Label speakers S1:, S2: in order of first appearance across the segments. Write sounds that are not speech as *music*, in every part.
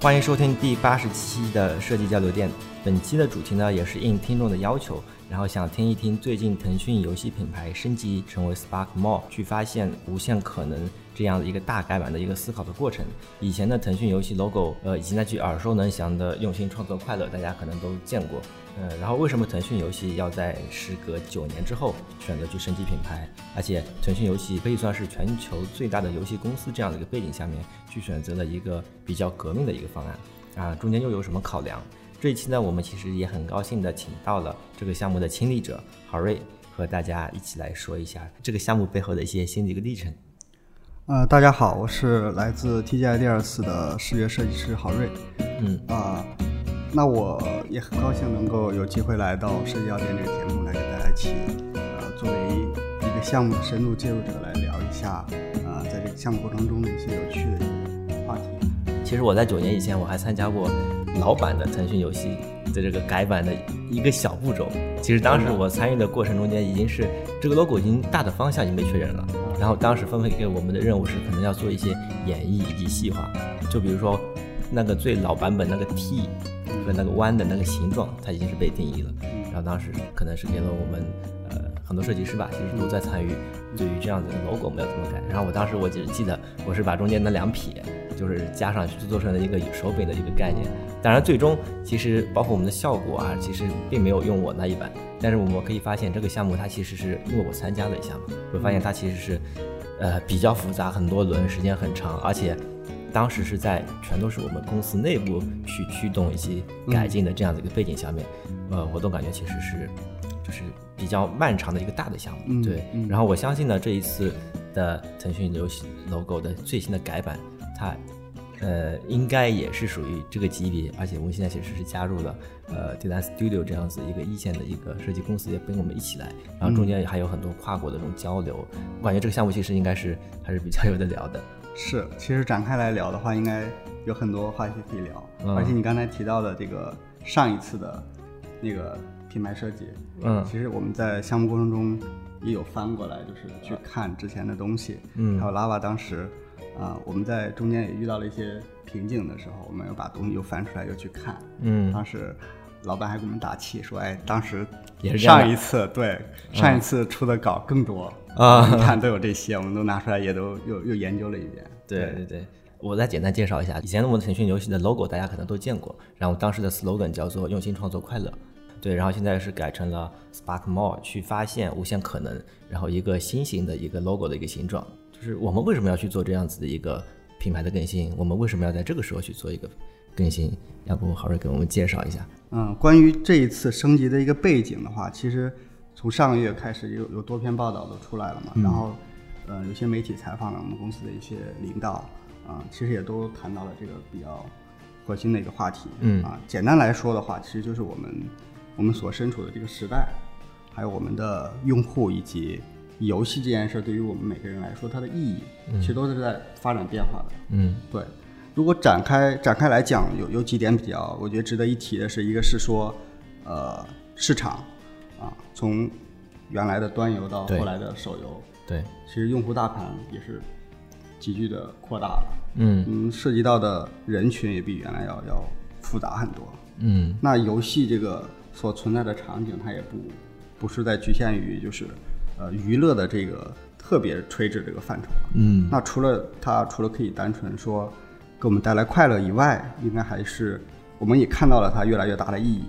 S1: 欢迎收听第八十期的设计交流店。本期的主题呢，也是应听众的要求，然后想听一听最近腾讯游戏品牌升级成为 Spark More，去发现无限可能这样的一个大改版的一个思考的过程。以前的腾讯游戏 logo，呃，以及那句耳熟能详的“用心创作快乐”，大家可能都见过。嗯，然后为什么腾讯游戏要在时隔九年之后选择去升级品牌？而且腾讯游戏可以算是全球最大的游戏公司这样的一个背景下面，去选择了一个比较革命的一个方案啊，中间又有什么考量？这一期呢，我们其实也很高兴的请到了这个项目的亲历者郝瑞，和大家一起来说一下这个项目背后的一些心理历程。
S2: 呃，大家好，我是来自 TGIDS 的视觉设计师郝瑞。
S1: 嗯
S2: 啊、那我也很高兴能够有机会来到《设计药店》这个节目，来跟大家一起，呃，作为一个项目的深度介入者来聊一下，呃，在这个项目过程中的一些有趣的一些话题。
S1: 其实我在九年以前，我还参加过老版的腾讯游戏的这个改版的一个小步骤。其实当时我参与的过程中间，已经是这个 logo 已经大的方向已经被确认了。然后当时分配给我们的任务是，可能要做一些演绎以及细化。就比如说那个最老版本那个 T 和那个弯的那个形状，它已经是被定义了。然后当时可能是给了我们呃很多设计师吧，其实都在参与对于这样子的 logo 我们要怎么改。然后我当时我只记得我是把中间那两撇就是加上去做成了一个手柄的一个概念。当然最终其实包括我们的效果啊，其实并没有用我那一版，但是我们可以发现这个项目它其实是因为我参加了一下嘛，会发现它其实是呃比较复杂，很多轮，时间很长，而且。当时是在全都是我们公司内部去驱动以及
S2: 嗯
S1: 改进的这样的一个背景下面，呃，我都感觉其实是就是比较漫长的一个大的项目，
S2: 嗯
S1: 对。然后我相信呢，这一次的腾讯游戏 logo 的最新的改版，它呃应该也是属于这个级别，而且我们现在其实是加入了呃 Design Studio 这样子一个一线的一个设计公司也跟我们一起来，然后中间还有很多跨国的这种交流，我感觉这个项目其实应该是还是比较有的聊的，
S2: 是，其实展开来聊的话，应该有很多话题可以聊，
S1: 嗯
S2: 而且你刚才提到的这个上一次的那个品牌设计，
S1: *laughs* 嗯
S2: 其实我们在项目过程中也有翻过来，就是去看之前的东西，
S1: 嗯
S2: 还有拉瓦当时啊、我们在中间也遇到了一些瓶颈的时候，我们又把东西又翻出来又去看，
S1: 嗯
S2: 当时老板还给我们打气说，哎，当时
S1: 也是这样的
S2: 上一次对上一次出的稿更多。
S1: 啊
S2: 你看都有这些，我们都拿出来，也都又又研究了一遍。
S1: 对对对，我再简单介绍一下，以前我们腾讯游戏的 logo 大家可能都见过，然后当时的 slogan 叫做“用心创作快乐”，对，然后现在是改成了 Spark More 去发现无限可能，然后一个新型的一个 logo 的一个形状，就是我们为什么要去做这样子的一个品牌的更新？我们为什么要在这个时候去做一个更新？要不郝瑞给我们介绍一下？
S2: 嗯，关于这一次升级的一个背景的话，其实从上个月开始有有多篇报道都出来了嘛，然后，呃，有些媒体采访了我们公司的一些领导，啊、其实也都谈到了这个比较核心的一个话题。
S1: 嗯
S2: 啊，简单来说的话，其实就是我们我们所身处的这个时代，还有我们的用户以及游戏这件事儿对于我们每个人来说它的意义，其实都是在发展变化的。
S1: 嗯
S2: 对，如果展开展开来讲，有有几点比较，我觉得值得一提的是，一个是说，呃，市场啊，从原来的端游到
S1: 对
S2: 后来的手游，
S1: 对，
S2: 其实用户大盘也是急剧的扩大了，
S1: 嗯
S2: 嗯，涉及到的人群也比原来要要复杂很多。
S1: 嗯
S2: 那游戏这个所存在的场景，它也不不是在局限于就是呃娱乐的这个特别垂直这个范畴了。
S1: 嗯
S2: 那除了它除了可以单纯说给我们带来快乐以外，应该还是我们也看到了它越来越大的意义。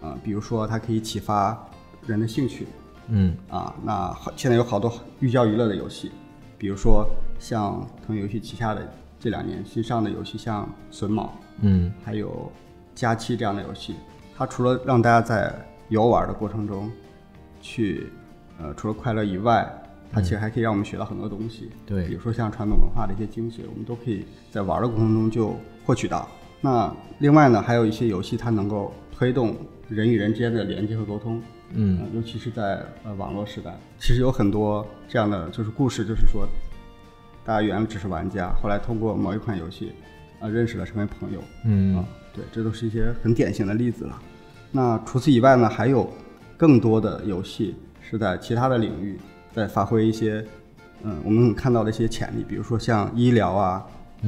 S2: 啊、比如说它可以启发人的兴趣
S1: 嗯
S2: 啊。那好现在有好多寓教于乐的游戏，比如说像腾讯游戏旗下的这两年新上的游戏，像《榫卯》，
S1: 嗯
S2: 还有假期这样的游戏，它除了让大家在游玩的过程中去，呃，除了快乐以外，它其实还可以让我们学到很多东西。
S1: 对
S2: 比如说像传统文化的一些精髓，我们都可以在玩的过程中就获取到。那另外呢，还有一些游戏它能够推动人与人之间的连接和沟通。
S1: 嗯
S2: 呃尤其是在呃网络时代，其实有很多这样的就是故事，就是说，大家原来只是玩家，后来通过某一款游戏，啊、认识了，成为朋友，
S1: 嗯
S2: 啊，对，这都是一些很典型的例子了。那除此以外呢，还有更多的游戏是在其他的领域在发挥一些，嗯，我们看到的一些潜力，比如说像医疗啊、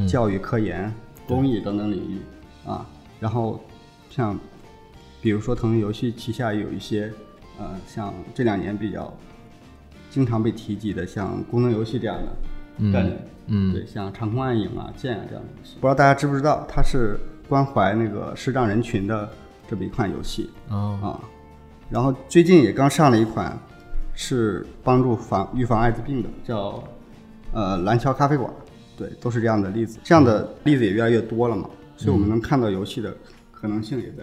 S2: 教育科研公益等等领域啊。然后像比如说腾讯游戏旗下有一些呃，像这两年比较经常被提及的，像功能游戏这样的战略，
S1: 嗯嗯
S2: 对，像长空暗影啊、剑啊这样的游戏，不知道大家知不知道，它是关怀那个视障人群的这么一款游戏。
S1: 哦，
S2: 啊。然后最近也刚上了一款，是帮助防预防艾滋病的，叫呃蓝桥咖啡馆。对，都是这样的例子，这样的例子也越来越多了嘛，所以我们能看到游戏的可能性也在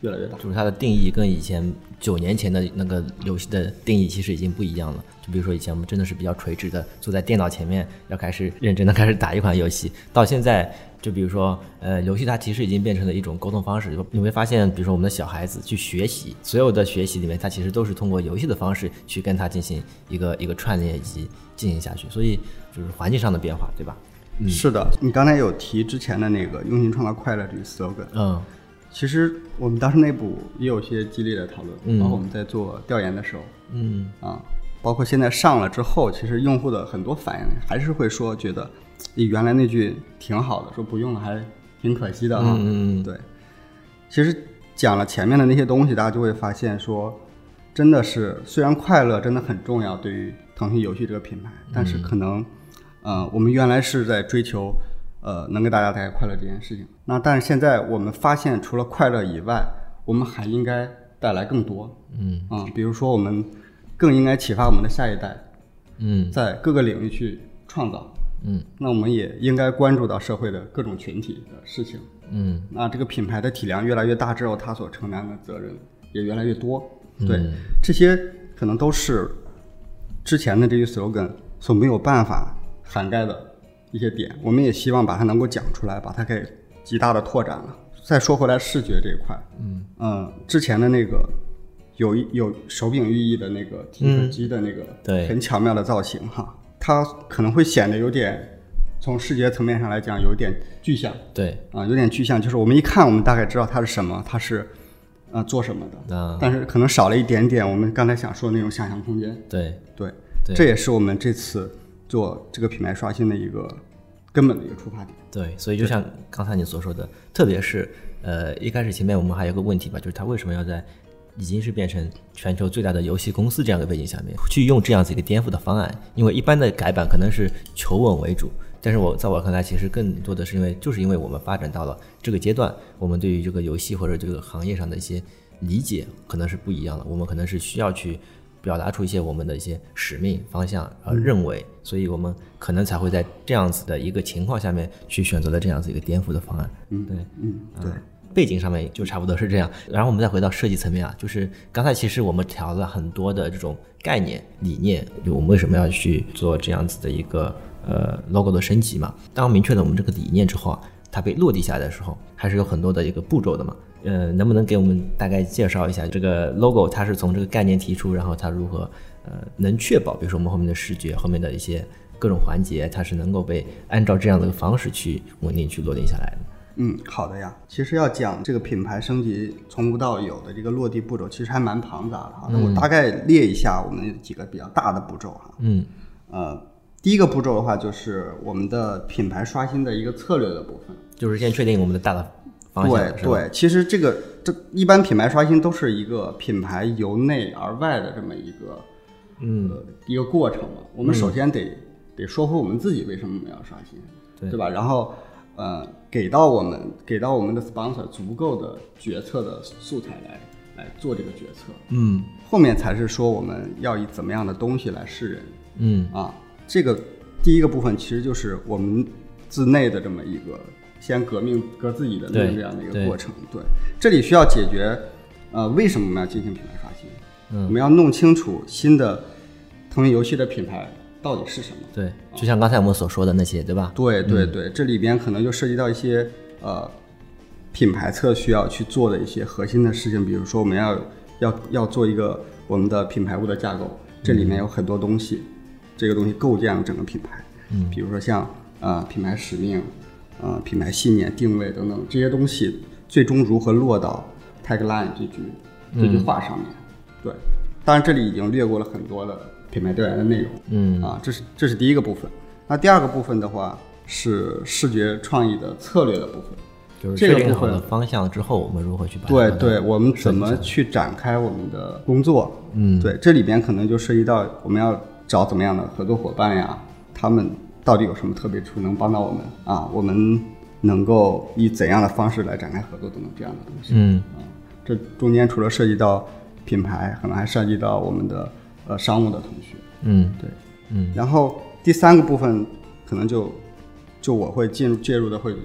S2: 越来越大。
S1: 就是它的定义跟以前九年前的那个游戏的定义其实已经不一样了。就比如说以前我们真的是比较垂直的，坐在电脑前面要开始认真的开始打一款游戏，到现在就比如说呃游戏它其实已经变成了一种沟通方式。就你会发现，比如说我们的小孩子去学习，所有的学习里面它其实都是通过游戏的方式去跟它进行一个一个串联以及进行下去。所以就是环境上的变化，对吧？
S2: 是的，你刚才有提之前的那个“用心创造快乐”这个 slogan，
S1: 嗯
S2: 其实我们当时内部也有些激烈的讨论，
S1: 嗯
S2: 包括我们在做调研的时候，
S1: 嗯
S2: 啊，包括现在上了之后，其实用户的很多反应还是会说，觉得诶原来那句挺好的，说不用了还挺可惜的啊。
S1: 嗯嗯
S2: 对，其实讲了前面的那些东西，大家就会发现说，真的是虽然快乐真的很重要，对于腾讯游戏这个品牌，但是可能，呃，我们原来是在追求。呃，能给大家带来快乐这件事情，那但是现在我们发现，除了快乐以外，我们还应该带来更多。
S1: 嗯
S2: 啊、比如说我们更应该启发我们的下一代，
S1: 嗯
S2: 在各个领域去创造。
S1: 嗯
S2: 那我们也应该关注到社会的各种群体的事情。
S1: 嗯
S2: 那这个品牌的体量越来越大之后，它所承担的责任也越来越多。
S1: 嗯
S2: 对，这些可能都是之前的这句 slogan 所没有办法涵盖的一些点。我们也希望把它能够讲出来，把它给极大的拓展了。再说回来，视觉这一块，嗯之前的那个有一有手柄寓意的那个提手机的那个，
S1: 嗯对
S2: 很巧妙的造型哈，它可能会显得有点从视觉层面上来讲有点具象，
S1: 对，
S2: 啊，有点具象，就是我们一看，我们大概知道它是什么，它是呃做什么的，
S1: 啊
S2: 但是可能少了一点点我们刚才想说的那种想象空间。
S1: 对
S2: 对，
S1: 对
S2: 这也是我们这次做这个品牌刷新的一个根本的一个出发点。
S1: 对，所以就像刚才你所说的，特别是呃，一开始前面我们还有个问题吧，就是它为什么要在已经是变成全球最大的游戏公司这样的背景下面去用这样子一个颠覆的方案？因为一般的改版可能是求稳为主，但是我在我看来，其实更多的是因为就是因为我们发展到了这个阶段，我们对于这个游戏或者这个行业上的一些理解可能是不一样的，我们可能是需要去表达出一些我们的一些使命、方向、呃认为，所以我们可能才会在这样子的一个情况下面去选择了这样子一个颠覆的方案。嗯，对，
S2: 嗯，对，
S1: 背景上面就差不多是这样。然后我们再回到设计层面啊，就是刚才其实我们调了很多的这种概念、理念，就我们为什么要去做这样子的一个呃 logo 的升级嘛？当明确了我们这个理念之后啊，它被落地下来的时候，还是有很多的一个步骤的嘛。呃，能不能给我们大概介绍一下这个 logo 它是从这个概念提出，然后它如何呃能确保，比如说我们后面的视觉、后面的一些各种环节，它是能够被按照这样的一个方式去稳定去落定下来的？
S2: 嗯，好的呀。其实要讲这个品牌升级从无到有的这个落地步骤，其实还蛮庞杂的哈。那我大概列一下我们几个比较大的步骤哈。
S1: 嗯
S2: 呃，第一个步骤的话，就是我们的品牌刷新的一个策略的部分。
S1: 就是先确定我们的大的方向，
S2: 对
S1: 是吧，
S2: 对，其实这个这一般品牌刷新都是一个品牌由内而外的这么一个
S1: 嗯，
S2: 呃一个过程嘛。我们首先得、得说服我们自己为什么我们要刷新，
S1: 对
S2: 吧？然后呃，给到我们给到我们的 sponsor 足够的决策的素材来来做这个决策，
S1: 嗯
S2: 后面才是说我们要以怎么样的东西来示人。
S1: 嗯
S2: 啊，这个第一个部分其实就是我们自内的这么一个先革命革自己的
S1: 对
S2: 命这样的一
S1: 对
S2: 个过程。对，这里需要解决，呃，为什么我们要进行品牌刷新？
S1: 嗯
S2: 我们要弄清楚新的腾讯游戏的品牌到底是什么。
S1: 对，就像刚才我们所说的那些，对吧？
S2: 对对对，这里边可能就涉及到一些呃品牌侧需要去做的一些核心的事情，比如说我们要要要做一个我们的品牌物的架构，这里面
S1: 嗯
S2: 有很多东西，这个东西构建了整个品牌，嗯，比如说像呃品牌使命、呃品牌信念、定位等等这些东西，最终如何落到 tagline 这句
S1: 嗯
S2: 这句话上面？对，当然这里已经略过了很多的品牌调研的内容，
S1: 嗯
S2: 啊，这是这是第一个部分。那第二个部分的话，是视觉创意的策略的部分。
S1: 就是
S2: 这
S1: 确
S2: 个
S1: 定
S2: 部
S1: 好
S2: 分
S1: 了方向之后，我们如何去把它
S2: 对
S1: 放到
S2: 对，我们怎
S1: 设
S2: 么
S1: 计上
S2: 去展开我们的工作？
S1: 嗯
S2: 对，这里边可能就涉及到我们要找怎么样的合作伙伴呀，他们到底有什么特别处能帮到我们啊？我们能够以怎样的方式来展开合作等等这样的东西。
S1: 嗯
S2: 这中间除了涉及到品牌，可能还涉及到我们的呃商务的程序。
S1: 嗯
S2: 对，
S1: 嗯
S2: 然后第三个部分可能就就我会进入介入的会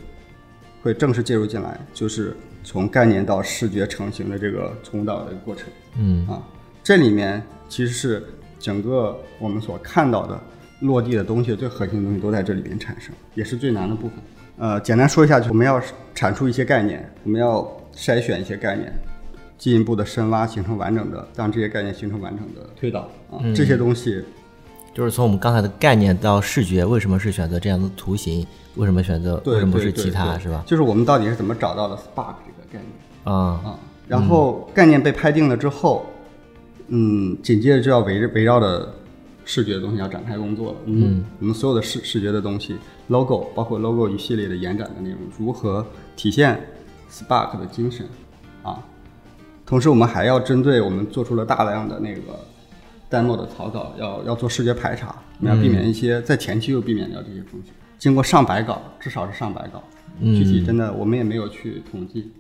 S2: 会正式介入进来，就是从概念到视觉成型的这个从无到有的一个过程
S1: 嗯
S2: 啊。这里面其实是整个我们所看到的落地的东西，最核心的东西都在这里边产生，也是最难的部分。呃，简单说一下，就我们要产出一些概念，我们要筛选一些概念，进一步的深挖，形成完整的，让这些概念形成完整的推导啊。
S1: 嗯
S2: 这些东西
S1: 就是从我们刚才的概念到视觉，为什么是选择这样的图形？为什么选择？
S2: 对，
S1: 为什么不
S2: 对
S1: 是
S2: 对
S1: 其他？
S2: 对
S1: 是吧？
S2: 就是我们到底是怎么找到的 Spark 这个概念
S1: 啊，
S2: 啊？然后概念被拍定了之后，嗯，紧接着就要围着围绕着视觉的东西要展开工作了。嗯，我们所有的视视觉的东西，logo 包括 logo 一系列的延展的内容，如何体现 Spark 的精神啊？同时，我们还要针对我们做出了大量的那个 demo 的草稿，要要做视觉排查，我们要避免一些、在前期又避免掉这些风险。经过上百稿，至少是上百稿，具体真的我们也没有去统计。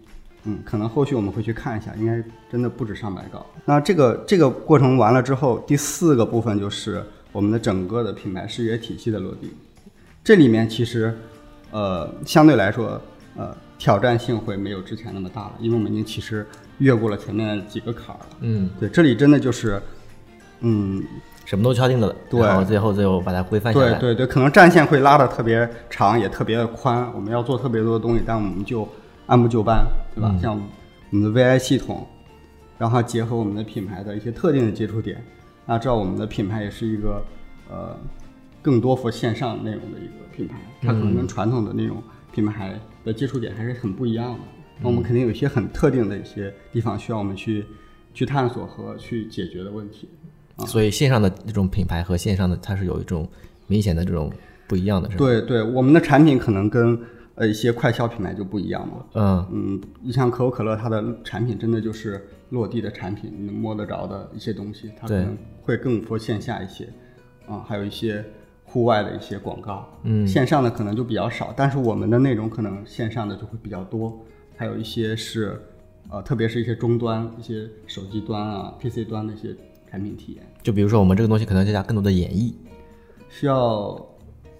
S2: 嗯，可能后续我们会去看一下，应该真的不止上百稿。那这个这个过程完了之后，第四个部分就是我们的整个的品牌视觉体系的落地。这里面其实，呃，相对来说，呃，挑战性会没有之前那么大了，因为我们已经其实越过了前面几个坎儿了。
S1: 嗯，
S2: 对，这里真的就是，嗯，
S1: 什么都敲定了，
S2: 对
S1: 然后最后最后把它规范下
S2: 对
S1: 来。
S2: 对对，可能战线会拉得特别长，也特别的宽，我们要做特别多的东西，但我们就按部就班，对
S1: 嗯
S2: 吧？像我们的 VI 系统，然后结合我们的品牌的一些特定的接触点，那知道我们的品牌也是一个呃更多佛线上内容的一个品牌，它可
S1: 嗯
S2: 能跟传统的那种品牌的接触点还是很不一样的。那我们肯定有一些很特定的一些地方需要我们去去探索和去解决的问题。
S1: 所以线上的这种品牌和线上的它是有一种明显的这种不一样的，是吧？
S2: 对对，我们的产品可能跟呃一些快消品牌就不一样嘛。
S1: 嗯
S2: 嗯，你像可口可乐，它的产品真的就是落地的产品，你能摸得着的一些东西，它可
S1: 对
S2: 能会更多线下一些，啊、还有一些户外的一些广告，嗯，线上的可能就比较少，但是我们的内容可能线上的就会比较多，还有一些是，呃，特别是一些终端、一些手机端啊、PC 端的一些产品体验，
S1: 就比如说我们这个东西可能要加更多的演绎。
S2: 需要，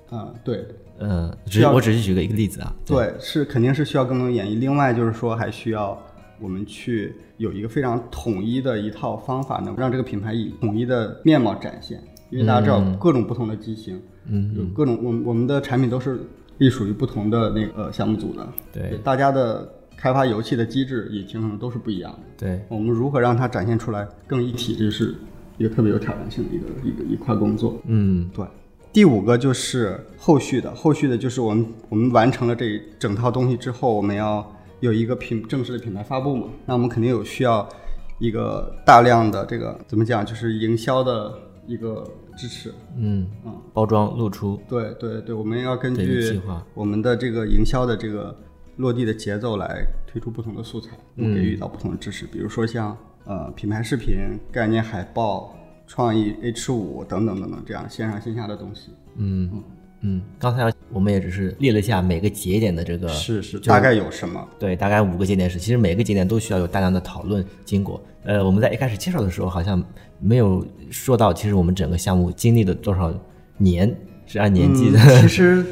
S2: 啊、对，
S1: 嗯，
S2: 呃需
S1: 只
S2: 要
S1: 我只是举个一个例子啊。
S2: 对，是肯定是需要更多的演绎。另外就是说，还需要我们去有一个非常统一的一套方法，能让这个品牌以统一的面貌展现。因为大家知道各种不同的机型，嗯，有各种我们我们的产品都是隶属于不同的那个呃项目组的，
S1: 对
S2: 大家的开发游戏的机制也形成都是不一样的。
S1: 对，
S2: 我们如何让它展现出来更一体，这是一个特别有挑战性的一个一个一块工作。
S1: 嗯
S2: 对，第五个就是后续的，后续的就是我们我们完成了这一整套东西之后，我们要有一个品正式的品牌发布嘛，那我们肯定有需要一个大量的这个怎么讲，就是营销的一个支持。
S1: 嗯
S2: 嗯，
S1: 包装露出，
S2: 对对对，我们要根
S1: 对
S2: 据
S1: 计划
S2: 我们的这个营销的这个落地的节奏来推出不同的素材，给
S1: 嗯
S2: 予到不同的支持，比如说像呃品牌视频、概念海报、创意 H 五等等等等这样线上线下的东西。
S1: 嗯嗯，刚才我们也只是列了一下每个节点的这个
S2: 是是，大概有什么？
S1: 对，大概五个节点是，其实每个节点都需要有大量的讨论经过。呃，我们在一开始介绍的时候好像没有说到，其实我们整个项目经历了多少年，是按年计的。 *laughs*
S2: 嗯、其实，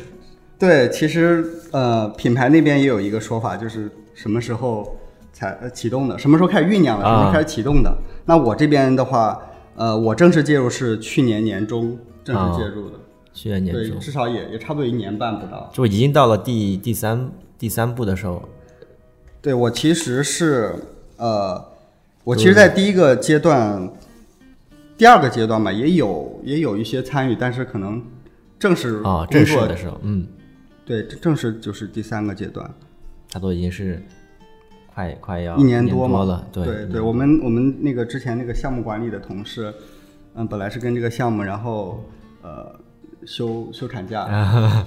S2: 对，其实呃，品牌那边也有一个说法，就是什么时候才呃启动的，什么时候开始酝酿的，什么时
S1: 啊
S2: 候开始启动的。那我这边的话，呃，我正式介入是去年年中正式介入的，
S1: 去啊年年
S2: 对，
S1: 中，
S2: 至少也也差不多一年半不到。
S1: 就已经到了第第三第三步的时候，
S2: 对我其实是呃，我其实，在第一个阶段、第二个阶段吧，也有也有一些参与，但是可能正式
S1: 啊、
S2: 工
S1: 正式
S2: 作
S1: 的时候，嗯，
S2: 对，这正式就是第三个阶段，
S1: 它都已经是快快要
S2: 一
S1: 年
S2: 多嘛。
S1: 了，对嗯
S2: 对我们我们那个之前那个项目管理的同事，嗯，本来是跟这个项目，然后呃休休
S1: *laughs*
S2: 产假，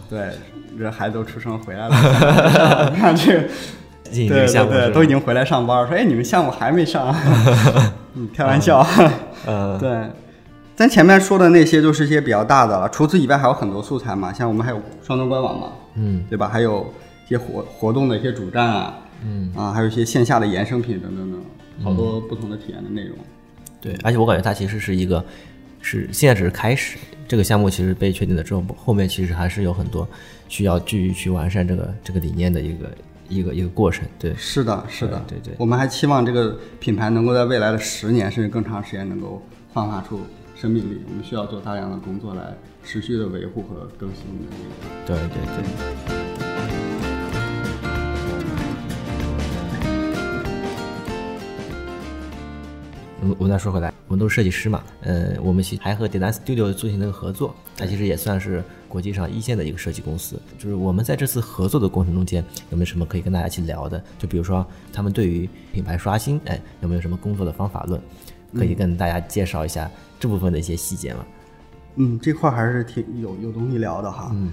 S2: 对，这孩子都出生回来了，你看这个。
S1: *laughs* 进
S2: 对
S1: 行项
S2: 对
S1: 目
S2: 对，
S1: 是
S2: 都已
S1: 吧？
S2: 经回来上班儿，说哎，你们项目还没
S1: *laughs*
S2: 上啊？你开玩笑。
S1: 呃，
S2: 对，咱前面说的那些就是一些比较大的了，除此以外还有很多素材嘛，像我们还有双周官网嘛，
S1: 嗯，
S2: 对吧？还有一些活活动的一些主站啊，
S1: 嗯
S2: 啊，还有一些线下的衍生品等等等，好多不同的体验的内容。
S1: 对，而且我感觉它其实是一个，是现在只是开始。这个项目其实被确定了之后，后面其实还是有很多需要继续去完善这个这个理念的一个一个一个过程。对，
S2: 是的，是的，
S1: 对对对
S2: 我们还期望这个品牌能够在未来的十年甚至更长时间能够焕发出生命力。我们需要做大量的工作来持续的维护和更新我们的这个。
S1: 对对对。我们我们再说回来，我们都是设计师嘛，呃，我们其实还和 Design Studio 进行了一个合作，它其实也算是国际上一线的一个设计公司。就是我们在这次合作的过程中间，有没有什么可以跟大家一起聊的？就比如说他们对于品牌刷新，哎，有没有什么工作的方法论，可以跟大家介绍一下这部分的一些细节吗？
S2: 嗯，这块儿还是挺有有东西聊的哈。嗯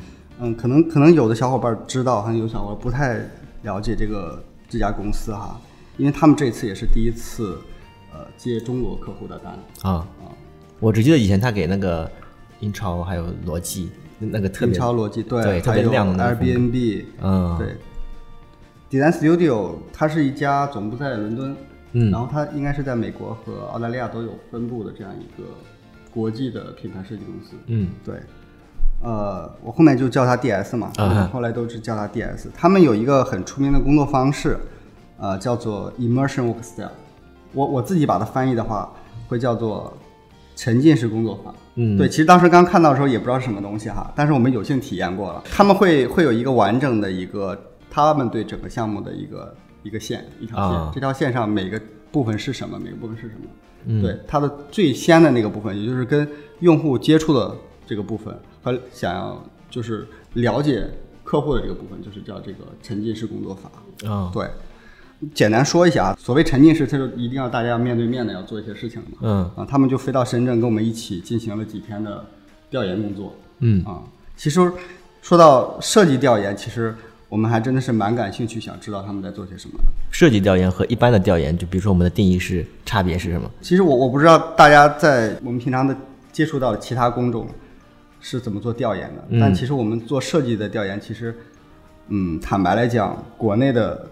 S2: 可能可能有的小伙伴儿知道，好像有小伙伴儿不太了解这个这家公司哈，因为他们这次也是第一次呃接中国客户的单。
S1: 啊，我只记得以前他给那个英超还有罗技那个特
S2: 印
S1: 别
S2: 超逻辑
S1: 对特
S2: 还
S1: 别
S2: 有
S1: 亮的那个风格
S2: Airbnb，
S1: 嗯
S2: 对，Design Studio 它是一家总部在伦敦，
S1: 嗯
S2: 然后它应该是在美国和澳大利亚都有分部的这样一个国际的品牌设计公司。
S1: 嗯
S2: 对，呃，我后面就叫它 DS 嘛，
S1: 啊哈
S2: 后来都是叫它 DS。他们有一个很出名的工作方式，呃，叫做 Immersion Work Style。我我自己把它翻译的话，会叫做沉浸式工作法。
S1: 嗯
S2: 对，其实当时刚看到的时候也不知道是什么东西哈，但是我们有幸体验过了。他们会会有一个完整的一个他们对整个项目的一个一个线一条线，
S1: 啊
S2: 这条线上每个部分是什么，每个部分是什么。
S1: 嗯
S2: 对，它的最先的那个部分，也就是跟用户接触的这个部分和想要就是了解客户的这个部分，就是叫这个沉浸式工作法。
S1: 啊
S2: 对，简单说一下啊，所谓沉浸式，它就一定要大家面对面的要做一些事情嘛。
S1: 嗯
S2: 啊，他们就飞到深圳跟我们一起进行了几天的调研工作。
S1: 嗯
S2: 啊，其实说到设计调研，其实我们还真的是蛮感兴趣，想知道他们在做些什么的。
S1: 设计调研和一般的调研，就比如说我们的定义是差别是什么？
S2: 其实我我不知道大家在我们平常的接触到的其他工种是怎么做调研的，
S1: 嗯
S2: 但其实我们做设计的调研，其实，嗯，坦白来讲，国内的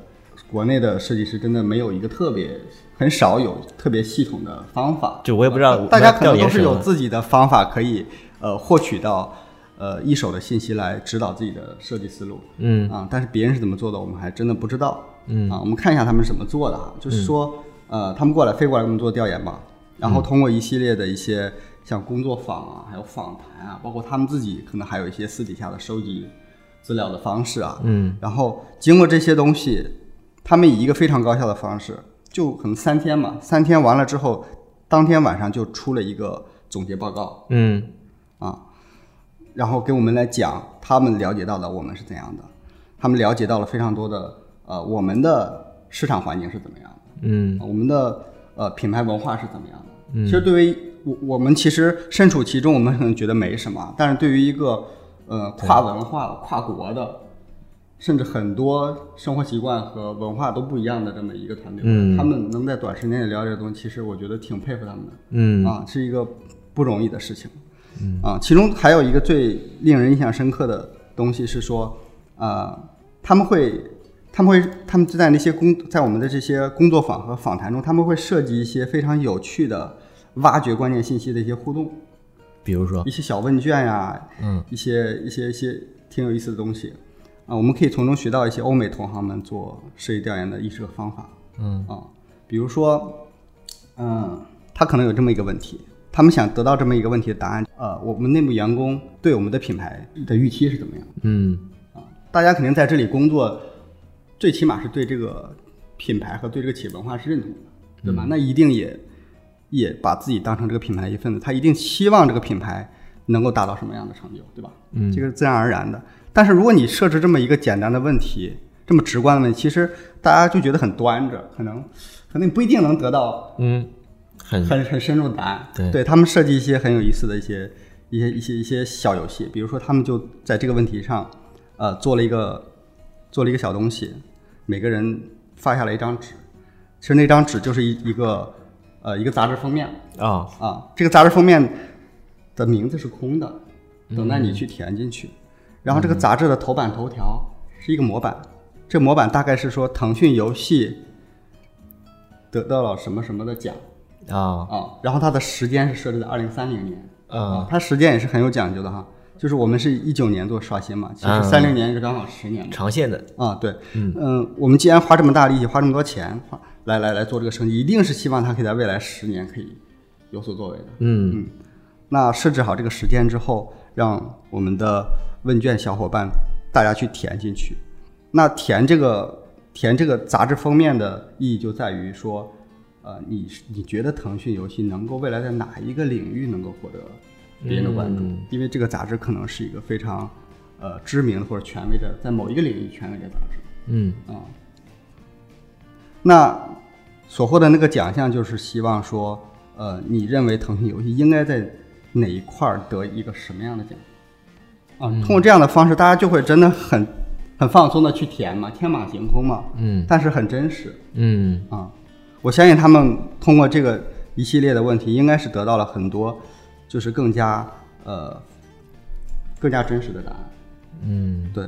S2: 国内的设计师真的没有一个特别很少有特别系统的方法，
S1: 就我也不知道
S2: 大家可
S1: 调
S2: 能都
S1: 研
S2: 是
S1: 什
S2: 有
S1: 么。
S2: 自己的方法可以呃获取到呃一手的信息来指导自己的设计思路，
S1: 嗯
S2: 啊，但是别人是怎么做的，我们还真的不知道。嗯啊，我们看一下他们是怎么做的哈，
S1: 嗯
S2: 就是说，呃，他们过来飞过来给我们做调研嘛，然后通过一系列的一些像工作坊啊，还有访谈啊，包括他们自己可能还有一些私底下的收集资料的方式啊，
S1: 嗯，
S2: 然后经过这些东西，他们以一个非常高效的方式，就可能三天嘛，三天完了之后，当天晚上就出了一个总结报告
S1: 嗯
S2: 啊，然后给我们来讲他们了解到的我们是怎样的，他们了解到了非常多的呃我们的市场环境是怎么样的，
S1: 嗯
S2: 我们的呃品牌文化是怎么样的？其实对于我我们其实身处其中，我们可能觉得没什么，但是对于一个呃跨文化的、跨国的，甚至很多生活习惯和文化都不一样的这么一个团队，
S1: 嗯
S2: 他们能在短时间内了解的东西，其实我觉得挺佩服他们的。
S1: 嗯
S2: 啊，是一个不容易的事情。啊，其中还有一个最令人印象深刻的东西是说，呃，他们会，他们会，他们就在那些工，在我们的这些工作坊和访谈中，他们会设计一些非常有趣的挖掘关键信息的一些互动，
S1: 比如说
S2: 一些小问卷呀、
S1: 嗯，
S2: 一些一些一些挺有意思的东西。啊，我们可以从中学到一些欧美同行们做设计调研的艺术方法。
S1: 嗯
S2: 啊，比如说，嗯，他可能有这么一个问题，他们想得到这么一个问题的答案。呃，我们内部员工对我们的品牌的预期是怎么样
S1: 嗯
S2: 啊？大家肯定在这里工作，最起码是对这个品牌和对这个企业文化是认同的，对吧？那一定也也把自己当成这个品牌的一份子，他一定期望这个品牌能够达到什么样的成就，对吧？
S1: 嗯
S2: 这个是自然而然的。但是如果你设置这么一个简单的问题，这么直观的问题，其实大家就觉得很端着，可能可能你不一定能得到
S1: 嗯，很
S2: 很很深入的答案。
S1: 对
S2: 他们设计一些很有意思的一些一些一些一些小游戏，比如说他们就在这个问题上，呃，做了一个做了一个小东西，每个人发下来一张纸，其实那张纸就是一一个呃一个杂志封面
S1: 啊，
S2: 啊，这个杂志封面的名字是空的，等待
S1: 嗯
S2: 你去填进去。然后这个杂志的头版头条是一个模板，这模板大概是说腾讯游戏得到了什么什么的奖，
S1: 啊，
S2: 啊，然后它的时间是设置在二零三零年，
S1: 嗯，
S2: 它时间也是很有讲究的哈，就是我们是一九年做刷新嘛，其实
S1: 嗯
S2: 三零年是刚好十年嘛，
S1: 长线的，
S2: 啊，对，嗯、我们既然花这么大力气，花这么多钱，花来来来做这个升级，一定是希望它可以在未来十年可以有所作为的。
S1: 嗯
S2: 那设置好这个时间之后，让我们的问卷小伙伴大家去填进去。那填这个填这个杂志封面的意义就在于说，呃，你你觉得腾讯游戏能够未来在哪一个领域能够获得别人的关注？因为这个杂志可能是一个非常呃知名或者权威的，在某一个领域权威的杂志。
S1: 嗯
S2: 啊、那所获的那个奖项就是希望说，呃，你认为腾讯游戏应该在哪一块儿得一个什么样的奖？啊、通过这样的方式，大家就会真的很很放松的去填嘛，天马行空嘛，
S1: 嗯
S2: 但是很真实
S1: 嗯
S2: 啊、我相信他们通过这个一系列的问题，应该是得到了很多，就是更加呃更加真实的答案。
S1: 嗯
S2: 对，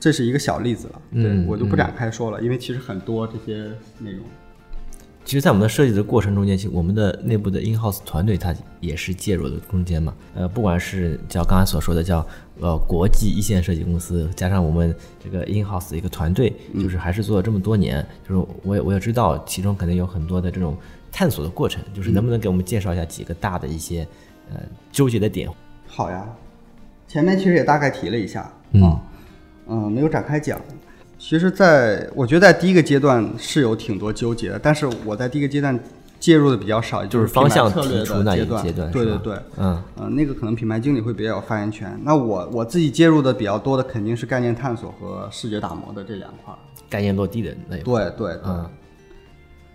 S2: 这是一个小例子了，
S1: 嗯
S2: 对、我就不展开说了，因为其实很多这些内容。
S1: 其实，在我们的设计的过程中间，其实我们的内部的 in house 团队它也是介入的中间嘛。呃，不管是叫刚才所啊说的叫呃国际一线设计公司，加上我们这个 in house 的一个团队，就是还是做了这么多年，就是我也我也知道其中肯定有很多的这种探索的过程，就是能不能给我们介绍一下几个大的一些呃纠结的点？
S2: 好呀，前面其实也大概提了一下，
S1: 嗯
S2: 嗯，没有展开讲。其实在，我觉得在第一个阶段是有挺多纠结的，但是我在第一个阶段介入的比较少，也
S1: 就是
S2: 品牌
S1: 方向
S2: 策略
S1: 提
S2: 的
S1: 出那一
S2: 阶
S1: 阶段
S2: 对
S1: 是
S2: 对
S1: 吧
S2: 对，
S1: 嗯
S2: 呃，那个可能品牌经理会比较有发言权。那我我自己介入的比较多的肯定是概念探索和视觉打磨的这两块儿。
S1: 概念落地的那一块。
S2: 对对对，
S1: 嗯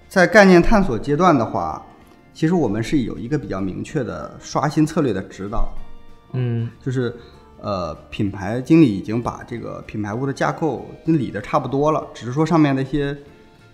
S2: 在概念探索阶段的话，其实我们是有一个比较明确的刷新策略的指导，
S1: 嗯
S2: 就是呃，品牌经理已经把这个品牌屋的架构跟理的差不多了，只是说上面的一些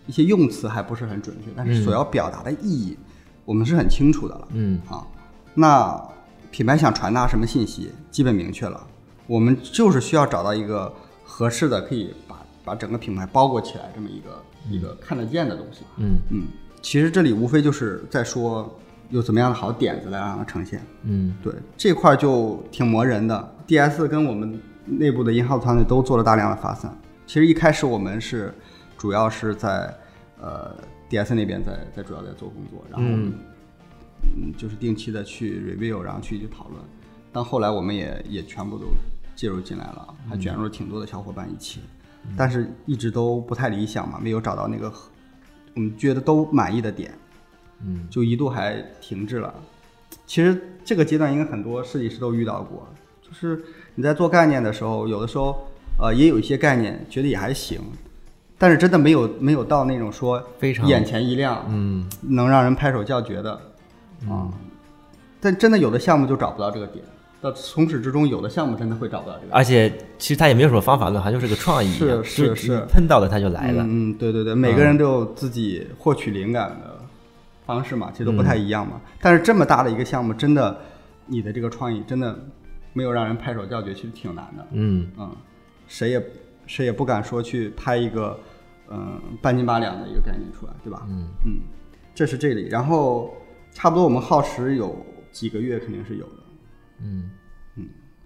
S2: 一些用词还不是很准确，但是所要表达的意义，我们是很清楚的了。
S1: 嗯
S2: 啊，那品牌想传达什么信息，基本明确了。我们就是需要找到一个合适的，可以把把整个品牌包裹起来这么一个、一个看得见的东西。
S1: 嗯
S2: 嗯，其实这里无非就是在说有怎么样的好点子来让它呈现。
S1: 嗯
S2: 对这块儿就挺磨人的。DS 跟我们内部的银行团队都做了大量的发散。其实一开始我们是主要是在呃 DS 那边在在主要在做工作，然后我们嗯就是定期的去 review，然后去去讨论。但后来我们也也全部都介入进来了，还
S1: 嗯
S2: 卷入了挺多的小伙伴一起，但是一直都不太理想嘛，没有找到那个合我们觉得都满意的点，
S1: 嗯，
S2: 就一度还停滞了。其实这个阶段应该很多设计师都遇到过，就是你在做概念的时候，有的时候呃也有一些概念觉得也还行，但是真的没有没有到那种说
S1: 非常
S2: 眼前一亮，
S1: 嗯
S2: 能让人拍手叫绝的啊、但真的有的项目就找不到这个点，到从始至终有的项目真的会找不到这个点。
S1: 而且其实它也没有什么方法论，它就是个创意一样，
S2: 是
S1: 就是你
S2: 是
S1: 碰到了它就来了。
S2: 嗯，嗯对对对，每个人都有自己获取灵感的方式嘛，其实都不
S1: 嗯
S2: 太一样嘛。但是这么大的一个项目，真的，你的这个创意真的没有让人拍手叫绝，其实挺难的。
S1: 嗯
S2: 嗯，谁也谁也不敢说去拍一个嗯、半斤八两的一个概念出来，对吧？嗯这是这里。然后差不多我们耗时有几个月肯定是有的，
S1: 嗯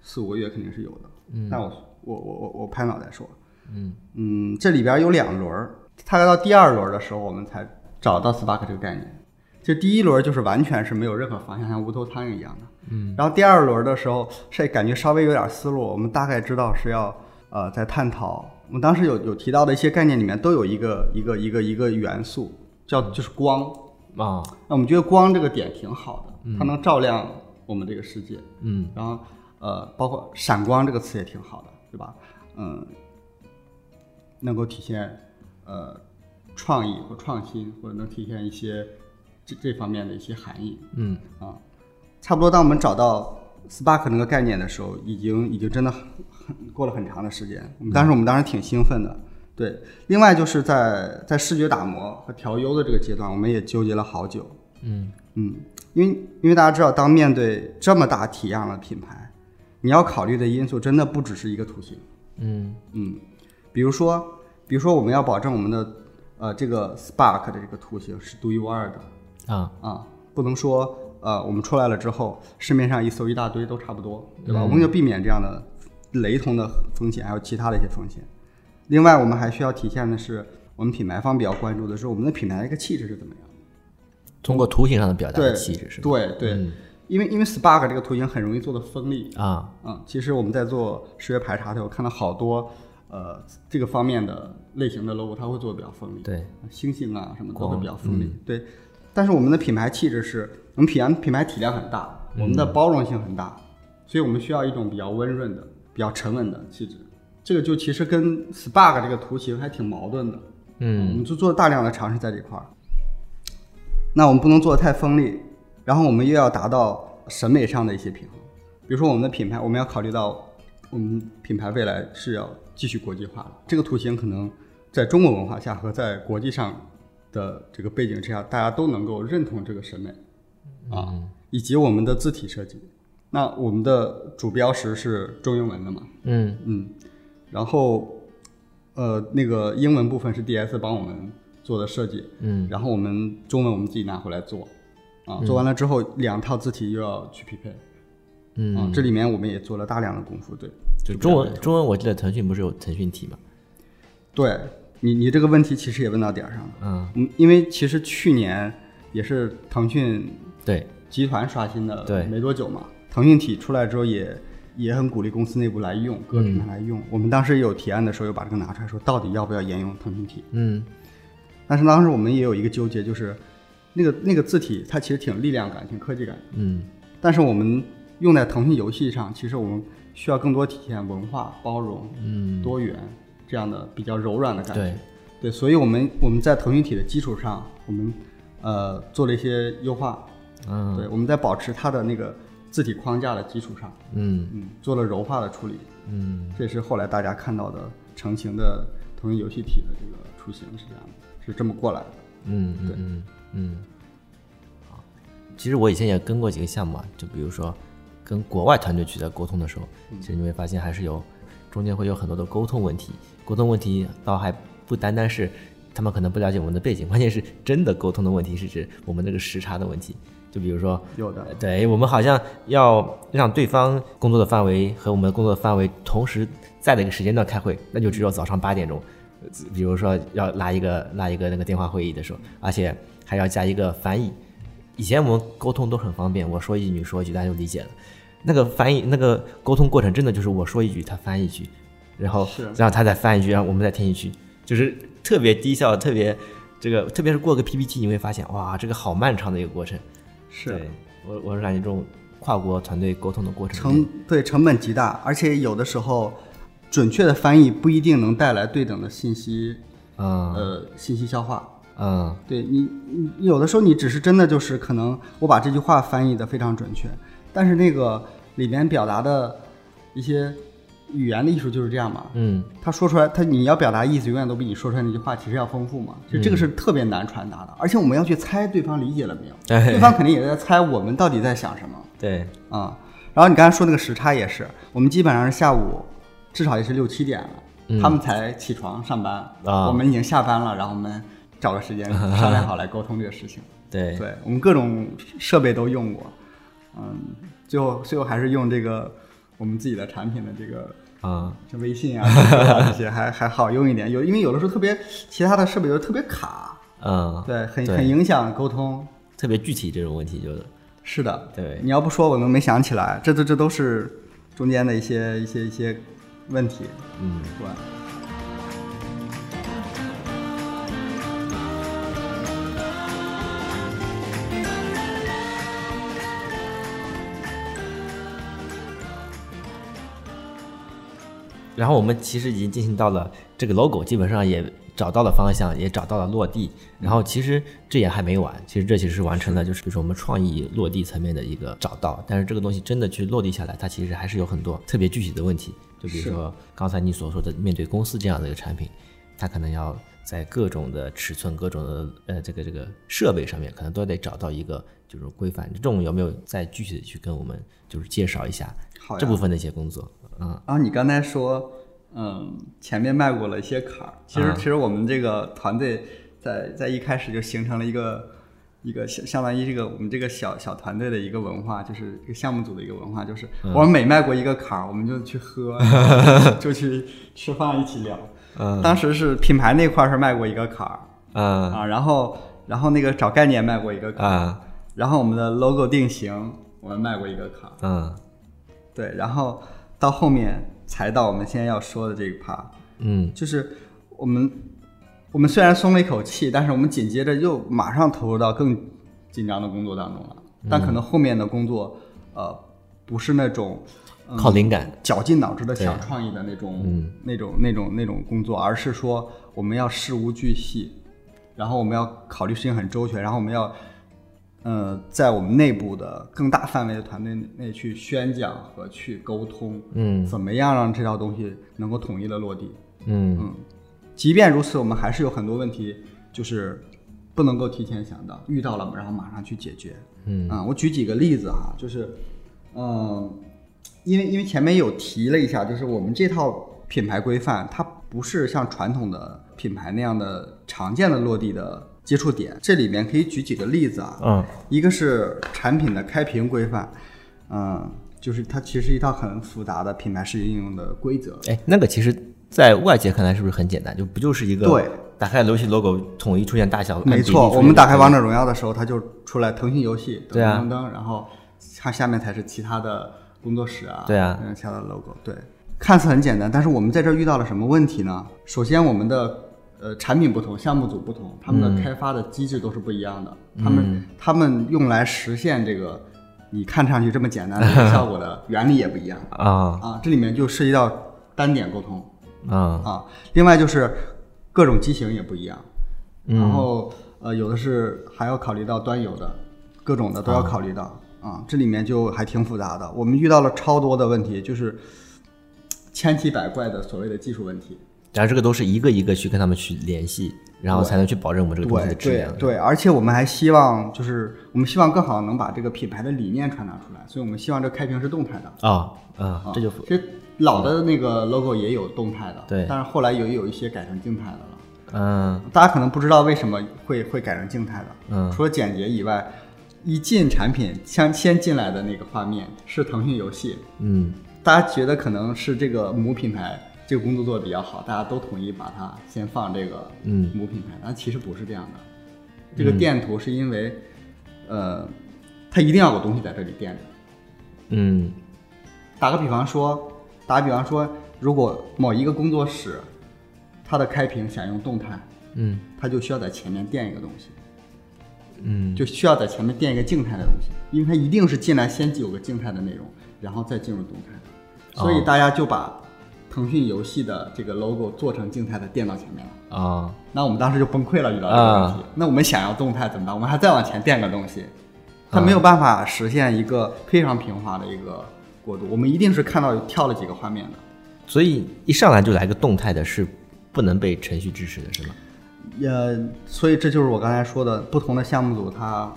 S2: 四五个月肯定是有的。
S1: 嗯
S2: 但我我我我我拍脑袋说，
S1: 嗯
S2: 嗯，这里边有两轮儿，大概到第二轮儿的时候，我们才找到 Spark 这个概念。就第一轮就是完全是没有任何方向，像无头苍蝇一样的。嗯。然后第二轮的时候，是感觉稍微有点思路，我们大概知道是要呃在探讨。我们当时有有提到的一些概念里面都有一个一个一个一个元素，叫就是光。
S1: 啊
S2: 那我们觉得光这个点挺好的，它能照亮我们这个世界。
S1: 嗯
S2: 然后呃，包括闪光这个词也挺好的，对吧？嗯，能够体现呃创意或创新，或者能体现一些这这方面的一些含义
S1: 嗯
S2: 啊。差不多，当我们找到 Spark 那个概念的时候，已经已经真的很很过了很长的时间。我们
S1: 嗯
S2: 当时我们当时挺兴奋的，对。另外就是在在视觉打磨和调优的这个阶段，我们也纠结了好久。
S1: 嗯
S2: 嗯，因为因为大家知道，当面对这么大体量的品牌，你要考虑的因素真的不只是一个图形。
S1: 嗯
S2: 嗯，比如说，比如说我们要保证我们的呃这个 Spark 的这个图形是独一无二的
S1: 啊，
S2: 啊，不能说呃我们出来了之后，市面上一搜一大堆都差不多，对吧？我们就避免这样的雷同的风险，还有其他的一些风险。另外，我们还需要体现的是，我们品牌方比较关注的是我们的品牌的一个气质是怎么样的，
S1: 通过图形上的表达
S2: 对
S1: 的气质是吧？嗯
S2: 对对，因为因为 Spark 这个图形很容易做的锋利，
S1: 啊，
S2: 嗯，其实我们在做视觉排查的时候，看到好多呃这个方面的类型的 logo，它会做的比较锋利，
S1: 对，
S2: 星星啊什么都会
S1: 光嗯
S2: 比较锋利，对。但是我们的品牌气质是，我们品牌品牌体量很大，我们的
S1: 嗯
S2: 包容性很大，所以我们需要一种比较温润的、比较沉稳的气质。这个就其实跟 Spark 这个图形还挺矛盾的，我
S1: 嗯
S2: 们就做了大量的尝试在这块儿。那我们不能做的太锋利，然后我们又要达到审美上的一些平衡。比如说我们的品牌，我们要考虑到我们品牌未来是要继续国际化的，这个图形可能在中国文化下和在国际上的这个背景之下，大家都能够认同这个审美
S1: 嗯
S2: 啊，以及我们的字体设计。那我们的主标识是中英文的嘛？
S1: 嗯
S2: 嗯，然后呃，那个英文部分是 DS 帮我们做的设计，
S1: 嗯，
S2: 然后我们中文我们自己拿回来做，啊，做完了之后两套字体又要去匹配，
S1: 嗯，
S2: 啊，这里面我们也做了大量的功夫，对，
S1: 就中文中文，我记得腾讯不是有腾讯体嘛？
S2: 对你你这个问题其实也问到点儿上了，
S1: 嗯，
S2: 嗯，因为其实去年也是腾讯
S1: 对，
S2: 集团刷新的，
S1: 对
S2: 没多久嘛，腾讯体出来之后也。也很鼓励公司内部来用，
S1: 嗯
S2: 各个品牌来用。我们当时有提案的时候，又把这个拿出来说，到底要不要沿用腾讯体？
S1: 嗯
S2: 但是当时我们也有一个纠结，就是那个那个字体它其实挺力量感、挺科技感，
S1: 嗯
S2: 但是我们用在腾讯游戏上，其实我们需要更多体现文化包容、
S1: 嗯，
S2: 多元这样的比较柔软的感觉。
S1: 对，
S2: 对，所以我们我们在腾讯体的基础上，我们呃做了一些优化。
S1: 嗯
S2: 对，我们在保持它的那个字体框架的基础上，
S1: 嗯
S2: 嗯，做了柔化的处理。
S1: 嗯
S2: 这也是后来大家看到的成型的腾讯游戏体的这个雏形是这样的，是这么过来的。
S1: 嗯嗯嗯嗯。其实我以前也跟过几个项目啊，就比如说跟国外团队去在沟通的时候，其实你会发现还是有中间会有很多的沟通问题，沟通问题倒还不单单是他们可能不了解我们的背景，关键是真的沟通的问题是指我们这个时差的问题。就比如说，
S2: 有的，
S1: 对我们好像要让对方工作的范围和我们工作的范围同时在的一个时间段开会，那就只有早上八点钟。呃比如说要拉一个拉一个那个电话会议的时候，而且还要加一个翻译。以前我们沟通都很方便，我说一句你说一句，大家就理解了。那个翻译那个沟通过程真的就是我说一句，他翻译一句，然后
S2: 是
S1: 然后他再翻一句，然后我们再听一句，就是特别低效，特别这个，特别是过个 PPT，你会发现哇，这个好漫长的一个过程。
S2: 是
S1: 对我，我是感觉这种跨国团队沟通的过程里面，
S2: 成对成本极大，而且有的时候准确的翻译不一定能带来对等的信息，
S1: 嗯
S2: 呃，信息消化。
S1: 嗯
S2: 对你，你有的时候你只是真的就是可能我把这句话翻译的非常准确，但是那个里面表达的一些语言的艺术就是这样嘛。
S1: 嗯
S2: 他说出来，他你要表达意思永远都比你说出来那句话其实要丰富嘛。其实这个是特别难传达的，而且我们要去猜对方理解了没有，
S1: 哎
S2: *laughs* 对方肯定也在猜我们到底在想什么。
S1: 对，
S2: 啊、然后你刚才说那个时差也是，我们基本上是下午，至少也是六七点了，他们才起床上班
S1: 嗯啊
S2: 我们已经下班了，然后我们找个时
S1: *laughs*
S2: 间商量好来沟通这个事情。
S1: 对
S2: 对我们各种设备都用过，嗯，最后最后还是用这个我们自己的产品的这个。
S1: 啊
S2: 像微信啊，谷歌啊这些还还好用一点，有因为有的时候特别其他的设备有的特别卡，
S1: 嗯，
S2: 对，很
S1: 对
S2: 很影响沟通。
S1: 特别具体这种问题就是，
S2: 是的，
S1: 对
S2: 你要不说我都没想起来，这这这都是中间的一些一些一些问题，
S1: 嗯，
S2: 对吧？
S1: 然后我们其实已经进行到了这个 logo，基本上也找到了方向，也找到了落地。然后其实这也还没完，其实这其实是完成了，就是就是我们创意落地层面的一个找到。但是这个东西真的去落地下来，它其实还是有很多特别具体的问题。就比如说刚才你所说的，面对公司这样的一个产品，它可能要在各种的尺寸、各种的呃这个这个设备上面，可能都得找到一个就是规范。这种有没有再具体的去跟我们就是介绍一下
S2: 好呀
S1: 这部分的一些工作？嗯，
S2: 然后你刚才说，嗯，前面迈过了一些坎儿，其实
S1: 嗯
S2: 其实我们这个团队在在一开始就形成了一个一个相相当于这个我们这个小小团队的一个文化，就是一个项目组的一个文化，就是
S1: 嗯
S2: 我们每迈过一个坎儿，我们就去喝， *laughs* 就去吃饭一起聊。
S1: 嗯
S2: 当时是品牌那块儿是迈过一个坎儿
S1: 啊
S2: 啊，然后然后那个找概念迈过一个坎儿，
S1: 啊
S2: 然后我们的 logo 定型我们迈过一个坎儿。
S1: 嗯
S2: 对，然后到后面才到我们现在要说的这一趴，
S1: 嗯
S2: 就是我们我们虽然松了一口气，但是我们紧接着又马上投入到更紧张的工作当中了。但可能后面的工作，呃，不是那种嗯
S1: 靠灵感。
S2: 绞尽脑汁的想创意的那种、那种、那种、那种工作，而是说我们要事无巨细，然后我们要考虑事情很周全，然后我们要，呃，在我们内部的更大范围的团队内去宣讲和去沟通，
S1: 嗯
S2: 怎么样让这套东西能够统一的落地。
S1: 嗯
S2: 嗯，即便如此，我们还是有很多问题，就是不能够提前想到，遇到了然后马上去解决。
S1: 嗯
S2: 啊，我举几个例子哈，就是，嗯，因为因为前面有提了一下，就是我们这套品牌规范，它不是像传统的品牌那样的常见的落地的接触点。这里面可以举几个例子啊，
S1: 嗯
S2: 一个是产品的开屏规范，嗯，就是它其实是一套很复杂的品牌设计应用的规则。
S1: 哎，那个其实，在外界看来是不是很简单？就不就是一个
S2: 对，
S1: 打开游戏 logo 统一出现大小，
S2: 没
S1: 按比例
S2: 错，
S1: 出现
S2: 我们打开
S1: 就
S2: 王者荣耀的时候，它就出来腾讯游戏，
S1: 对啊
S2: 噔噔噔，然后它下面才是其他的工作室啊，
S1: 对啊
S2: 嗯，其他的 logo，对，看似很简单，但是我们在这儿遇到了什么问题呢？首先，我们的呃产品不同，项目组不同，他
S1: 嗯
S2: 们的开发的机制都是不一样的，他们他们用来实现这个你看上去这么简单的一个效果的原理也不
S1: *laughs*
S2: 一样
S1: 啊
S2: 啊，这里面就涉及到单点沟通，
S1: 啊
S2: 啊，另外就是各种机型也不一样，
S1: 嗯
S2: 然后呃有的是还要考虑到端游的，各种的都要考虑到啊，这里面就还挺复杂的。我们遇到了超多的问题，就是千奇百怪的所谓的技术问题。
S1: 然后这个都是一个一个去跟他们去联系，然后才能去保证我们这个东西
S2: 对
S1: 的质
S2: 对
S1: 量。
S2: 对，而且我们还希望就是我们希望更好地能把这个品牌的理念传达出来，所以我们希望这开屏是动态的。
S1: 啊啊
S2: 啊，
S1: 这就
S2: 其实老的那个 logo 也有动态的，
S1: 对
S2: 但是后来有有一些改成静态的了。
S1: 嗯
S2: 大家可能不知道为什么会会改成静态的，
S1: 嗯
S2: 除了简洁以外，一进产品先先进来的那个画面是腾讯游戏，
S1: 嗯
S2: 大家觉得可能是这个母品牌这个工作做的比较好，大家都统一把它先放这个
S1: 嗯
S2: 母品牌，但其实不是这样的。这个垫图是因为，呃，它一定要有东西在这里垫着。
S1: 嗯
S2: 打个比方说，打个比方说，如果某一个工作室，它的开屏想用动态，
S1: 嗯
S2: 它就需要在前面垫一个东西。
S1: 嗯
S2: 就需要在前面垫一个静态的东西，因为它一定是进来先有个静态的内容，然后再进入动态的，所以大家就把腾讯游戏的这个 logo 做成静态的垫到前面了。
S1: 啊
S2: 那我们当时就崩溃了，遇到这个问题。那我们想要动态怎么办？我们还再往前垫个东西，它没有办法实现一个非常平滑的一个过渡。我们一定是看到有跳了几个画面的，
S1: 所以一上来就来个动态的，是不能被程序支持的，是吗？
S2: 呃，所以这就是我刚才说的，不同的项目组它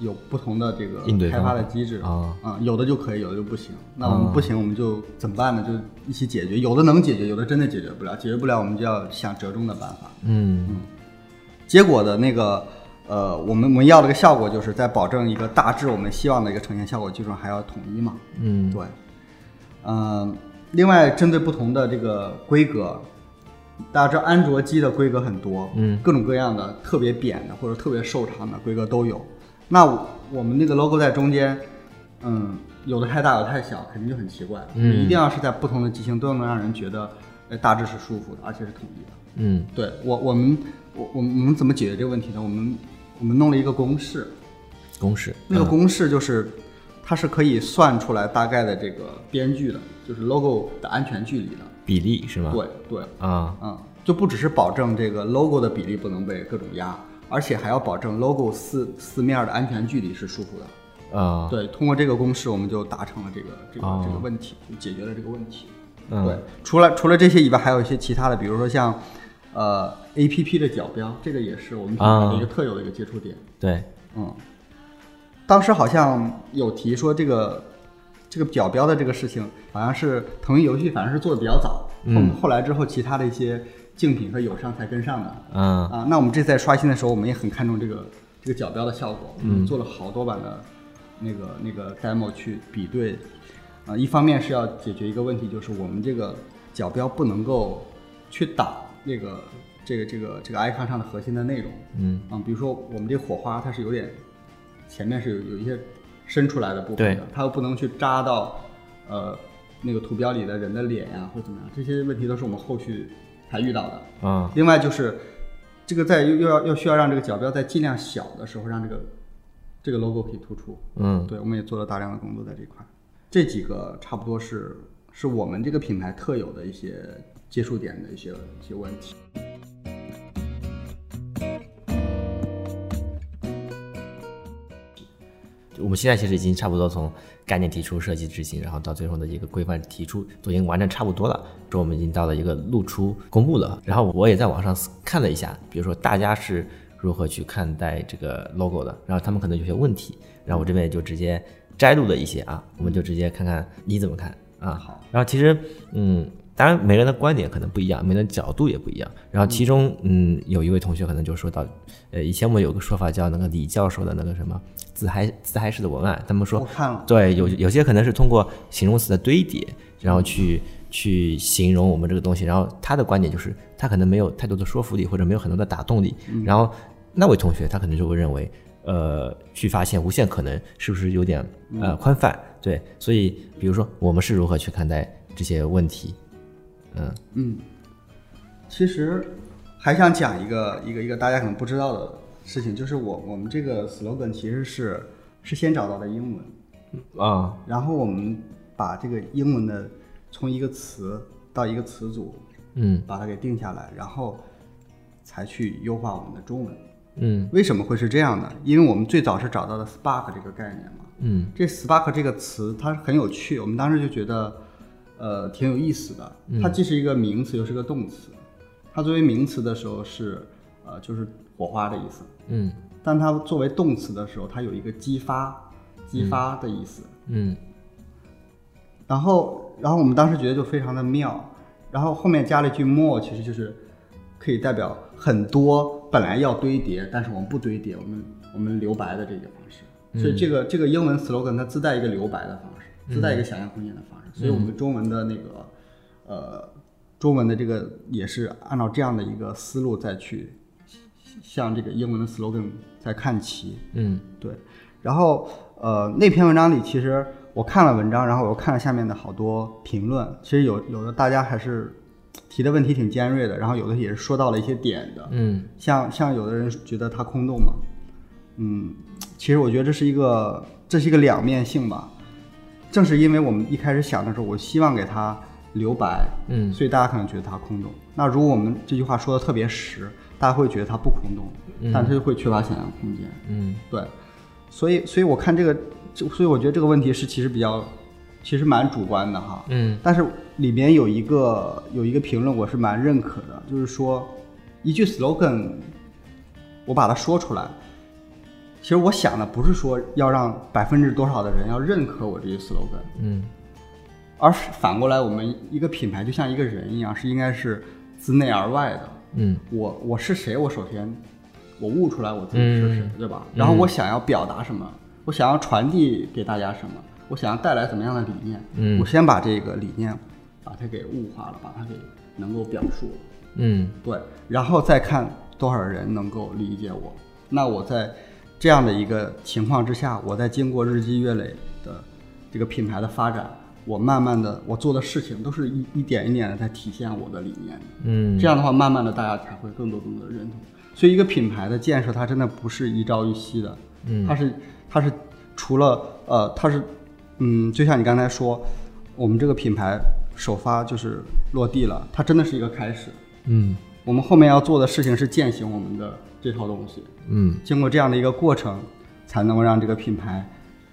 S2: 有不同的这个
S1: 应对
S2: 开
S1: 方
S2: 发
S1: 法
S2: 的机制
S1: 啊
S2: 嗯有的就可以，有的就不行。那我们不行，我们就怎么办呢？就一起解决，有的能解决，有的真的解决不了，解决不了我们就要想折中的办法。
S1: 嗯
S2: 结果的那个呃，我们我们要的一个效果就是在保证一个大致我们希望的一个呈现效果基础上还要统一嘛。
S1: 嗯
S2: 对，嗯，另外针对不同的这个规格，大家知道安卓机的规格很多，
S1: 嗯，
S2: 各种各样的，特别扁的或者特别瘦长的规格都有。那我我们那个 logo 在中间，嗯，有的太大，有的太小，肯定就很奇怪。
S1: 嗯
S2: 一定要是在不同的机型都能让人觉得，呃，大致是舒服的，而且是统一的。
S1: 嗯
S2: 对我，我们我我们我们怎么解决这个问题呢？我们我们弄了一个公式，
S1: 公式
S2: 那个公式就是，它是可以算出来大概的这个边距的，就是 logo 的安全距离的。
S1: 比例是吗？
S2: 对对，
S1: 啊
S2: 嗯，就不只是保证这个 logo 的比例不能被各种压，而且还要保证 logo 四四面的安全距离是舒服的。
S1: 啊，
S2: 对，通过这个公式，我们就达成了这个这个、这个
S1: 哦
S2: 问题，就解决了这个问题。
S1: 嗯
S2: 对，除了除了这些以外，还有一些其他的，比如说像呃 A P P 的角标，这个也是我们品
S1: 啊
S2: 牌的一个特有的一个接触点。
S1: 对，
S2: 嗯，当时好像有提说这个这个角标的这个事情，好像是腾讯游戏反正是做的比较早，
S1: 嗯
S2: 后后来之后其他的一些竞品和友商才跟上的。
S1: 嗯
S2: 啊，那我们这次在刷新的时候，我们也很看重这个这个角标的效果，嗯，做了好多版的那个那个 demo 去比对，啊、一方面是要解决一个问题，就是我们这个角标不能够去挡那个这个这个这个 icon 上的核心的内容，
S1: 嗯
S2: 啊，比如说我们这火花它是有点前面是有有一些伸出来的部分
S1: 对
S2: 的，它又不能去扎到呃那个图标里的人的脸呀、或者怎么样，这些问题都是我们后续才遇到的。
S1: 啊
S2: 另外就是这个在又又要又需要让这个角标在尽量小的时候让这个这个 logo 可以突出。
S1: 嗯
S2: 对，我们也做了大量的工作在这一块。这几个差不多是是我们这个品牌特有的一些接触点的一些一些问题。
S1: 我们现在其实已经差不多从概念提出、设计执行，然后到最后的一个规范提出，都已经完成差不多了。说我们已经到了一个露出、公布了。然后我也在网上看了一下，比如说大家是如何去看待这个 logo 的，然后他们可能有些问题，然后我这边也就直接摘录了一些啊，我们就直接看看你怎么看啊。
S2: 好，
S1: 然后其实，嗯，当然每个人的观点可能不一样，每个人角度也不一样。然后其中，嗯，有一位同学可能就说到，呃，以前我们有个说法叫那个李教授的那个什么自嗨自嗨式的文案，他们
S2: 我
S1: 说，
S2: 看了，
S1: 对，有有些可能是通过形容词的堆叠，然后去去形容我们这个东西。然后他的观点就是，他可能没有太多的说服力，或者没有很多的打动力。然后那位同学他可能就会认为，呃，去发现无限可能是不是有点呃宽泛？对，所以比如说我们是如何去看待这些问题？嗯
S2: 嗯，其实还想讲一个一个一个大家可能不知道的事情，就是我我们这个 slogan 其实是是先找到的英文，
S1: 啊
S2: 然后我们把这个英文的从一个词到一个词组
S1: 嗯
S2: 把它给定下来，然后才去优化我们的中文。
S1: 嗯
S2: 为什么会是这样呢？因为我们最早是找到了 spark 这个概念嘛。
S1: 嗯
S2: 这 spark 这个词它很有趣，我们当时就觉得，呃，挺有意思的。
S1: 嗯
S2: 它既是一个名词，又是个动词。它作为名词的时候是，呃，就是火花的意思；
S1: 嗯
S2: 但它作为动词的时候，它有一个激发、激发的意思。
S1: 嗯
S2: 然后，然后我们当时觉得就非常的妙。然后后面加了一句 more，其实就是可以代表很多本来要堆叠，但是我们不堆叠，我们我们留白的这个方式。所以这个、这个英文 slogan 它自带一个留白的方式，自带一个想象空间的方式。所以我们中文的那个呃中文的这个也是按照这样的一个思路再去向这个英文的 slogan 再看齐。
S1: 嗯
S2: 对，然后呃，那篇文章里其实我看了文章，然后我又看了下面的好多评论，其实有有的大家还是提的问题挺尖锐的，然后有的也是说到了一些点的，
S1: 嗯
S2: 像像有的人觉得它空洞嘛，嗯，其实我觉得这是一个这是一个两面性吧，正是因为我们一开始想的时候，我希望给它留白，
S1: 嗯
S2: 所以大家可能觉得它空洞。那如果我们这句话说的特别实，大家会觉得它不空洞，但它就会缺乏想象空间。
S1: 嗯
S2: 对，所以所以我看这个，就所以我觉得这个问题是其实比较，其实蛮主观的哈。
S1: 嗯
S2: 但是里面有一个有一个评论我是蛮认可的，就是说一句 slogan，我把它说出来，其实我想的不是说要让百分之多少的人要认可我这句 slogan，
S1: 嗯
S2: 而是反过来我们一个品牌就像一个人一样，是应该是自内而外的。
S1: 嗯
S2: 我我是谁？我首先我悟出来我自己是谁，
S1: 嗯
S2: 对吧？然后我想要表达什么，我想要传递给大家什么，我想要带来怎么样的理念，
S1: 嗯
S2: 我先把这个理念把它给物化了，把它给能够表述，
S1: 嗯
S2: 对，然后再看多少人能够理解我。那我在这样的一个情况之下，我在经过日积月累的这个品牌的发展，我慢慢的我做的事情都是一一点一点的在体现我的理念的。
S1: 嗯
S2: 这样的话，慢慢的大家才会更多更多的认同。所以，一个品牌的建设，它真的不是一朝一夕的，嗯，它是它是除了呃，它是嗯，就像你刚才说，我们这个品牌首发就是落地了，它真的是一个开始，
S1: 嗯
S2: 我们后面要做的事情是践行我们的这套东西，
S1: 嗯
S2: 经过这样的一个过程，才能够让这个品牌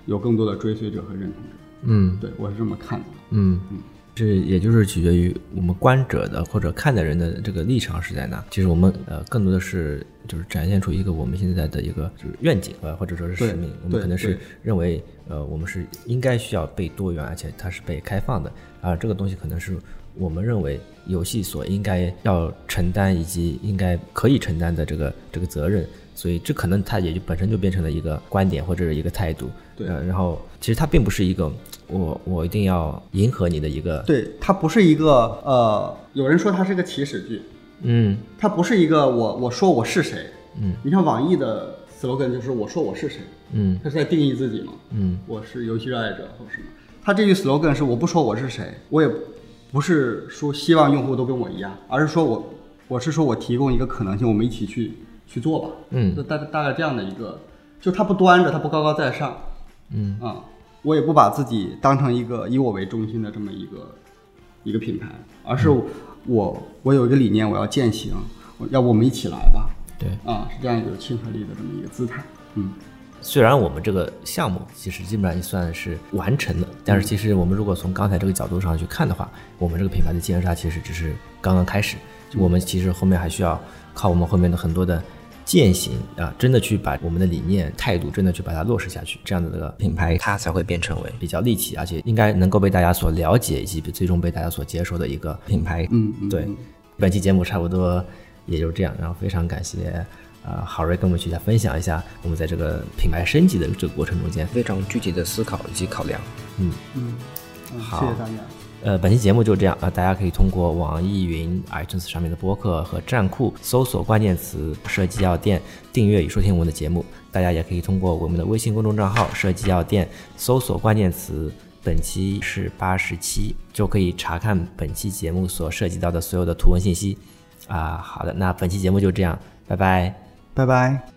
S2: 有更多的追随者和认同者。
S1: 嗯
S2: 对我是这么看的。
S1: 嗯，这也就是取决于我们观者的或者看的人的这个立场是在哪。其实我们呃更多的是就是展现出一个我们现在的一个就是愿景啊，或者说是
S2: 对
S1: 使命。我们
S2: 对
S1: 可能是
S2: 对
S1: 认为呃我们是应该需要被多元，而且它是被开放的啊，这个东西可能是。我们认为游戏所应该要承担以及应该可以承担的这个这个责任，所以这可能它也就本身就变成了一个观点或者是一个态度。
S2: 对
S1: 呃，然后其实它并不是一个我我一定要迎合你的一个，
S2: 对，它不是一个呃，有人说它是个起始句，
S1: 嗯
S2: 它不是一个我我说我是谁。
S1: 嗯，
S2: 你看网易的 slogan 就是我说我是谁，
S1: 嗯
S2: 它是在定义自己嘛。
S1: 嗯
S2: 我是游戏热爱者或什么。他这句 slogan 是我不说我是谁，我也不是说希望用户都跟我一样，而是说我我是说我提供一个可能性，我们一起去去做吧。
S1: 嗯
S2: 就大大概这样的一个，就他不端着，他不高高在上，
S1: 嗯
S2: 啊、我也不把自己当成一个以我为中心的这么一个一个品牌，而是
S1: 嗯
S2: 我我有一个理念，我要践行，我要不我们一起来吧，
S1: 对。
S2: 啊、是这样一个有亲和力的这么一个姿态，嗯，
S1: 虽然我们这个项目其实基本上也算是完成了，但是其实我们如果从刚才这个角度上去看的话，我们这个品牌的建设它其实只是刚刚开始，我们其实后面还需要靠我们后面的很多的践行啊，真的去把我们的理念、态度真的去把它落实下去，这样的这个品牌它才会变成为比较立体，而且应该能够被大家所了解以及最终被大家所接受的一个品牌。
S2: 嗯嗯
S1: 对，本期节目差不多也就这样，然后非常感谢呃郝瑞跟我们去一下分享一下我们在这个品牌升级的这个过程中间，
S3: 非常具体的思考以及考量。
S1: 嗯，
S2: 嗯，嗯
S1: 好
S2: 谢谢大家。
S1: 呃，本期节目就这样啊、呃大家可以通过网易云、iTunes 上面的播客和站酷搜索关键词“设计药店”订阅与收听我们的节目。大家也可以通过我们的微信公众账号“设计药店”搜索关键词。本期是八十七，就可以查看本期节目所涉及到的所有的图文信息。啊、好的，那本期节目就这样，拜拜。
S2: 拜拜。